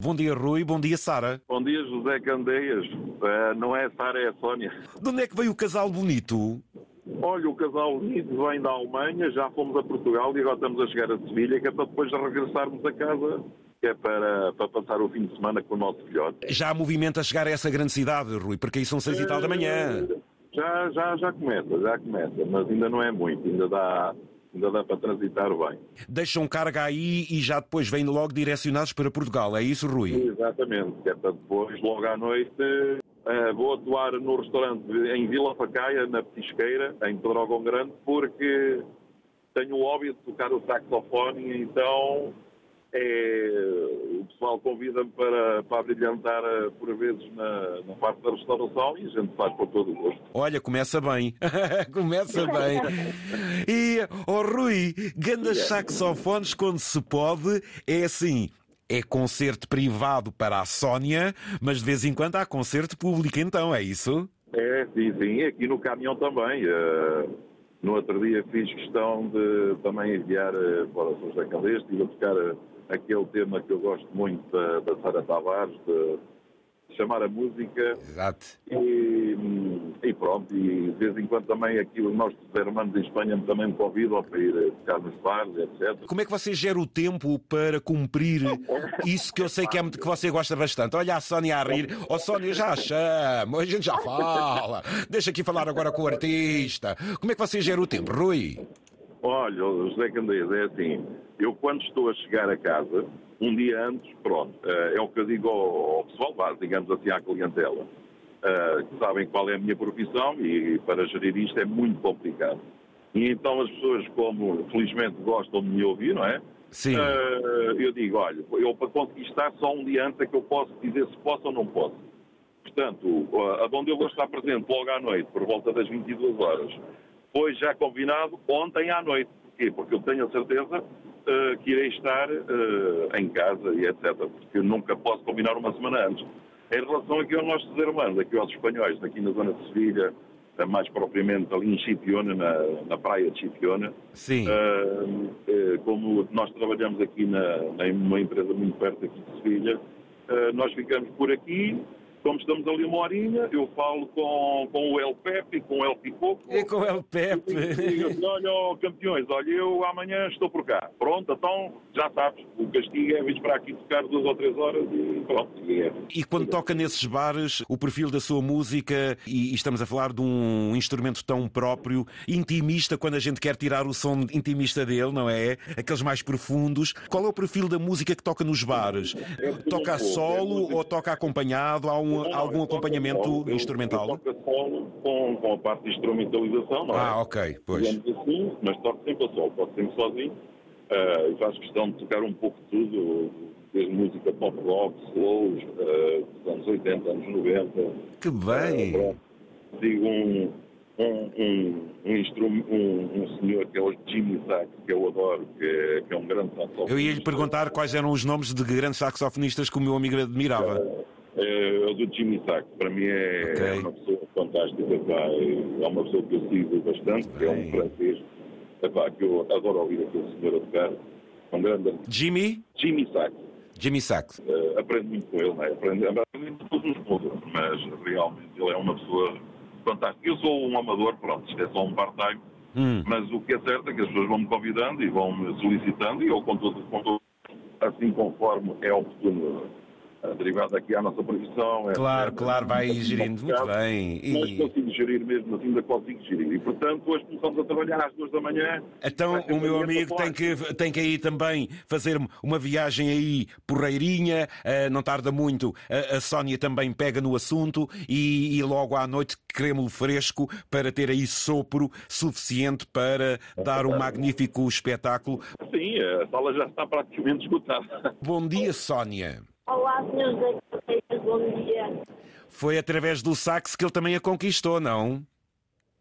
Bom dia, Rui. Bom dia, Sara. Bom dia, José Candeias. Eh, não é Sara, é Sónia. De onde é que veio o casal bonito? Olha, o casal unido vem da Alemanha, já fomos a Portugal e agora estamos a chegar a Sevilha, que é para depois regressarmos a casa, que é para, para passar o fim de semana com o nosso filhote. Já há movimento a chegar a essa grande cidade, Rui, porque aí são seis e tal da manhã. Eh, Já, já, já começa, já começa, mas ainda não é muito, ainda dá, ainda dá para transitar bem. Deixam carga aí e já depois vêm logo direcionados para Portugal. É isso, Rui? Exatamente, que é para depois, logo à noite, eh, vou atuar no restaurante em Vila Facaia, na Petisqueira, em Pedrógão Grande, porque tenho o hobby de tocar o saxofone, e então eh, o pessoal convida-me para, para brilhantar eh, por vezes na, na parte da restauração e a gente faz por todo o gosto. Olha, começa bem. começa bem. E, oh, Rui, grandes saxofones quando se pode. É assim. É concerto privado para a Sónia, mas de vez em quando há concerto público, então, é isso? É, sim, sim, aqui no caminhão também. eh, no outro dia fiz questão de também enviar eh, para São José Calês, estive a tocar eh, aquele tema que eu gosto muito da, da Sara Tavares, de chamar a música Exato. e, hum, e pronto, e de vez em quando também aqui os nossos irmãos em Espanha também me convidam para ir eh, tocar nos bares, etc. Como é que você gera o tempo para cumprir isso que eu sei que, é, muito- que você gosta bastante? Olha a Sónia a rir. Ó Sónia, já a chamo, a gente já fala. Deixa aqui falar agora com o artista. Como é que você gera o tempo, Rui? Olha, José Candeias, é assim, eu quando estou a chegar a casa, um dia antes, pronto, eh, é o que eu digo ao, ao pessoal base, digamos assim, à clientela, eh, que sabem qual é a minha profissão e para gerir isto é muito complicado. E então as pessoas, como felizmente gostam de me ouvir, não é? Sim. Eh, eu digo, olha, eu para conseguir estar só um dia antes é que eu posso dizer se posso ou não posso. Portanto, a onde eu vou estar presente logo à noite, por volta das 22 horas, foi já combinado ontem à noite. Porquê? Porque eu tenho a certeza eh, que irei estar eh, em casa e etc. Porque eu nunca posso combinar uma semana antes. Em relação aqui aos nossos irmãos, aqui aos espanhóis, aqui na zona de Sevilha, eh, mais propriamente ali em Chipiona, na, na praia de Chipiona, Sim. ah, eh, como nós trabalhamos aqui na, na- numa empresa muito perto aqui de Sevilha, ah, nós ficamos por aqui, como estamos ali uma horinha, eu falo com, com o El Pepe, com o El Picoco. E com o El Pepe. Digo-lhe, assim, Olha, ó, campeões, olha, eu amanhã estou por cá. Pronto, então já sabes, o castigo é vir para aqui tocar duas ou três horas e pronto. E é. E quando toca nesses bares, o perfil da sua música, e, e estamos a falar de um instrumento tão próprio, intimista, quando a gente quer tirar o som intimista dele, não é? Aqueles mais profundos. Qual é o perfil da música que toca nos bares? Toca a solo ou toca acompanhado? Há um- há algum acompanhamento Então, Eu instrumental? toco solo com, com a parte de instrumentalização, não é? Ah, ok, pois. digamos assim, mas toco sempre a solo, toco sempre sozinho. Ah, e faço questão de tocar um pouco de tudo, desde música pop rock, slow, dos anos 80, anos 90. Que Ah, bem! digo um, um, um, um, instrum- um- um senhor que é o Jimmy Sachs, que eu adoro, que é, que é um grande saxofonista. Eu ia lhe perguntar quais eram os nomes de grandes saxofonistas que o meu amigo admirava. É, o do Jimmy Sacks, para mim é, Ok. é uma pessoa fantástica, pá, é uma pessoa que eu sigo bastante, que é Bem. um francês, é, pá, que eu adoro ouvir aquele senhor a tocar, é um grande Jimmy? Jimmy Sacks, Jimmy Sax. eh, aprendo muito com ele, né? aprendo, aprendo muito com todos os outros, mas realmente ele é uma pessoa fantástica. Eu sou um amador, pronto, isto é só um part-time, Hum. mas o que é certo é que as pessoas vão-me convidando e vão-me solicitando e eu com todo, com todo assim conforme é oportuno. eh, Derivado aqui à nossa profissão. é- Claro, é- claro, vai gerindo muito complicado, bem. Mas E- consigo gerir mesmo assim, ainda consigo gerir. E portanto, hoje começamos a trabalhar às duas da manhã. Então o meu amigo tem que, tem que aí também fazer uma viagem aí porreirinha, ah, não tarda muito, Eh, a, a Sónia também pega no assunto e, e logo à noite creme-lo fresco para ter aí sopro suficiente para dar um magnífico espetáculo. Sim, a sala já está praticamente esgotada. Bom dia, Sónia. Olá, senhores da Candeias, bom dia. Foi através do sax que ele também a conquistou, não?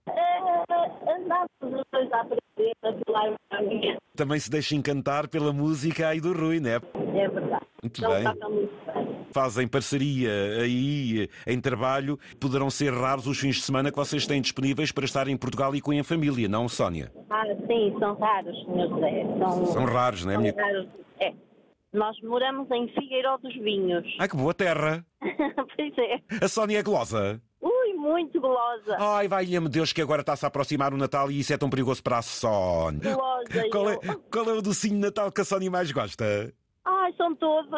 Uh, andava os dois à presença pela minha. Também se deixa encantar pela música aí do Rui, né? É verdade. Muito Não bem. tocam muito bem. fazem parceria aí eh, em trabalho, poderão ser raros os fins de semana que vocês têm disponíveis para estar em Portugal e com a família, não, Sónia? Ah, sim, são raros, senhor José. São, São raros, não é? são minha- raros. É. Nós moramos em Figueiró dos Vinhos. Ai, que boa terra! Ah. pois é. A Sónia é glosa. Ui, muito gulosa. Ai, vai-lhe-me Deus que agora está-se a aproximar o Natal e isso é tão perigoso para a Sónia. Gulosa. Qual é, eu. qual é o docinho de Natal que a Sónia mais gosta? Ai, são todos.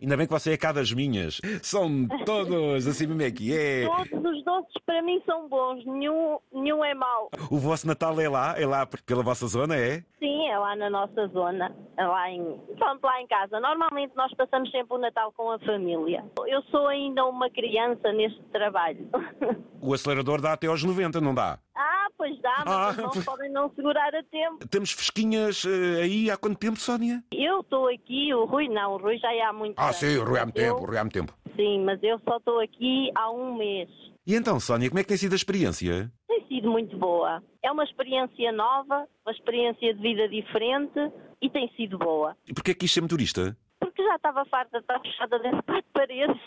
Ainda bem que você é cá das minhas. São todos, assim mesmo é que é. todos os doces para mim são bons. Nenhum, nenhum é mau. O vosso Natal é lá, é lá pela vossa zona, é? Sim, é lá na nossa zona, é lá em, pronto, lá em casa. Normalmente nós passamos sempre o Natal com a família. Eu sou ainda uma criança neste trabalho. O acelerador dá até aos 90, não dá? ah, pois dá, mas Ah, os bons pois- podem não segurar a tempo. Temos fresquinhas eh, aí há quanto tempo, Sónia? Eu estou aqui, o Rui não, o Rui já é há muito Ah, anos. sim, o Rui há muito Eu- tempo, o Rui há muito tempo. Sim, mas eu só estou aqui há um mês. E então, Sónia, como é que tem sido a experiência? Tem sido muito boa. É uma experiência nova, uma experiência de vida diferente e tem sido boa. E porquê é que quis ser motorista? Porque já estava farta de estar fechada dentro de paredes.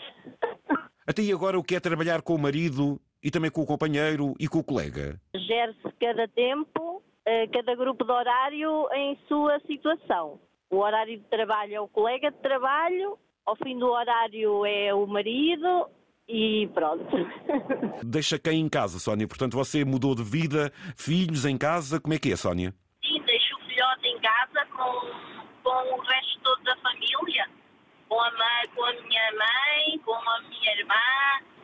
Até e agora o que é trabalhar com o marido e também com o companheiro e com o colega? gere-se cada tempo, eh, cada grupo de horário em sua situação. O horário de trabalho é o colega de trabalho, ao fim do horário é o marido e pronto. Deixa quem em casa, Sónia? Portanto, você mudou de vida, filhos em casa, como é que é, Sónia? Sim, deixo o filhote em casa com, com o resto todo da família, com a, mãe, com a minha mãe, com a minha irmã,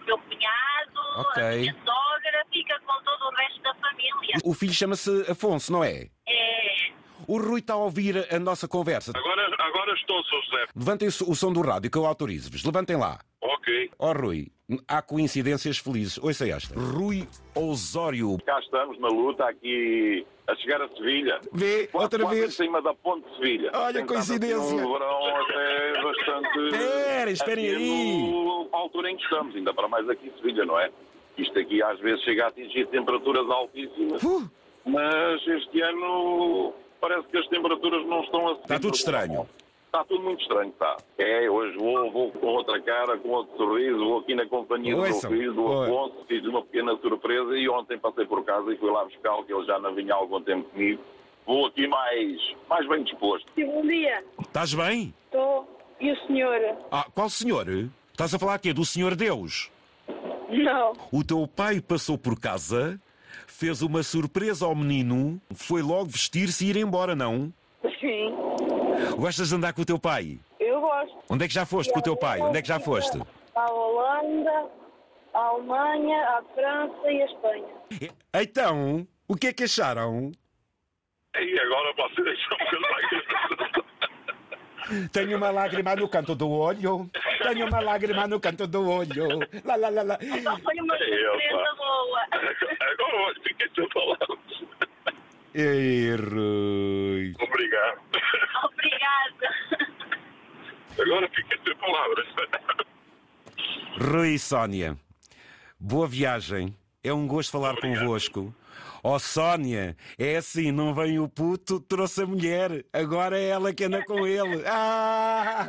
o meu cunhado, Ok. a minha sogra, fica com todo o resto da família. O filho chama-se Afonso, não é? É, O Rui está a ouvir a nossa conversa. Agora, agora estou, Sr. José. Levantem o som do rádio que eu autorizo-vos. Levantem lá. Ok. Ó Rui, há coincidências felizes. Ouça esta. Rui Osório. Cá estamos na luta aqui a chegar a Sevilha. Vê, Quase- outra quase vez. em cima da ponte de Sevilha. Olha, Tem estado assim coincidência. Um verão até bastante... Espera, esperem aqui aí. no- à altura em que estamos, ainda para mais aqui em Sevilha, não é? Isto aqui às vezes chega a atingir temperaturas altíssimas. Uh, Mas este ano parece que as temperaturas não estão assim Está a subir. Tá tudo estranho. Está Tá tudo muito estranho, está. É, hoje vou, vou com outra cara, com outro sorriso, vou aqui na companhia Ouçam. do meu filho, do Oi. Afonso, fiz uma pequena surpresa e ontem passei por casa e fui lá buscar, que ele já não vinha há algum tempo comigo. Vou aqui mais, mais bem disposto. Sim, bom dia. estás bem? Estou. E o senhor? Ah, qual senhor? Estás a falar aqui do Senhor Deus. Não. O teu pai passou por casa, fez uma surpresa ao menino, foi logo vestir-se e ir embora, não? Sim. Gostas de andar com o teu pai? Eu gosto. Onde é que já foste com o teu pai? Onde é que já foste? À Holanda, à Alemanha, à França e à Espanha. Então, o que é que acharam? E agora você deixa um Tenho uma lágrima no canto do olho. Tenho uma lágrima no canto do olho. Lá, lá, lá, lá. foi uma Eu, surpresa pá. boa. Agora, olha, fiquei sem palavras. Ei, Rui. Obrigado. Obrigada. Agora fiquei sem palavras. Rui e Sónia, boa viagem. É um gosto falar convosco. Ó Sónia, é assim, não vem o puto, trouxe a mulher. Agora é ela que anda com ele. Ah!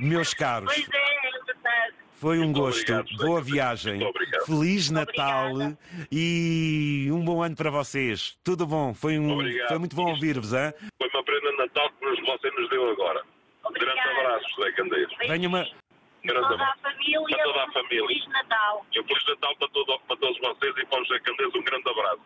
Meus caros, Pois é, é verdade. foi um Muito gosto. obrigado, boa Sónia. viagem. Muito obrigado. Feliz Natal Obrigada. e um bom ano para vocês. Tudo bom. Foi, um, Obrigado. foi muito bom ouvir-vos. hã? Foi uma prenda de Natal que nos- você nos deu agora. Um grande Obrigada. abraço, José Candeias. Venha uma. Grande Toda a abraço. família. Para toda a família. Feliz Natal. E um Feliz Natal para, todo- para todos vocês e para o José Candeias um grande abraço.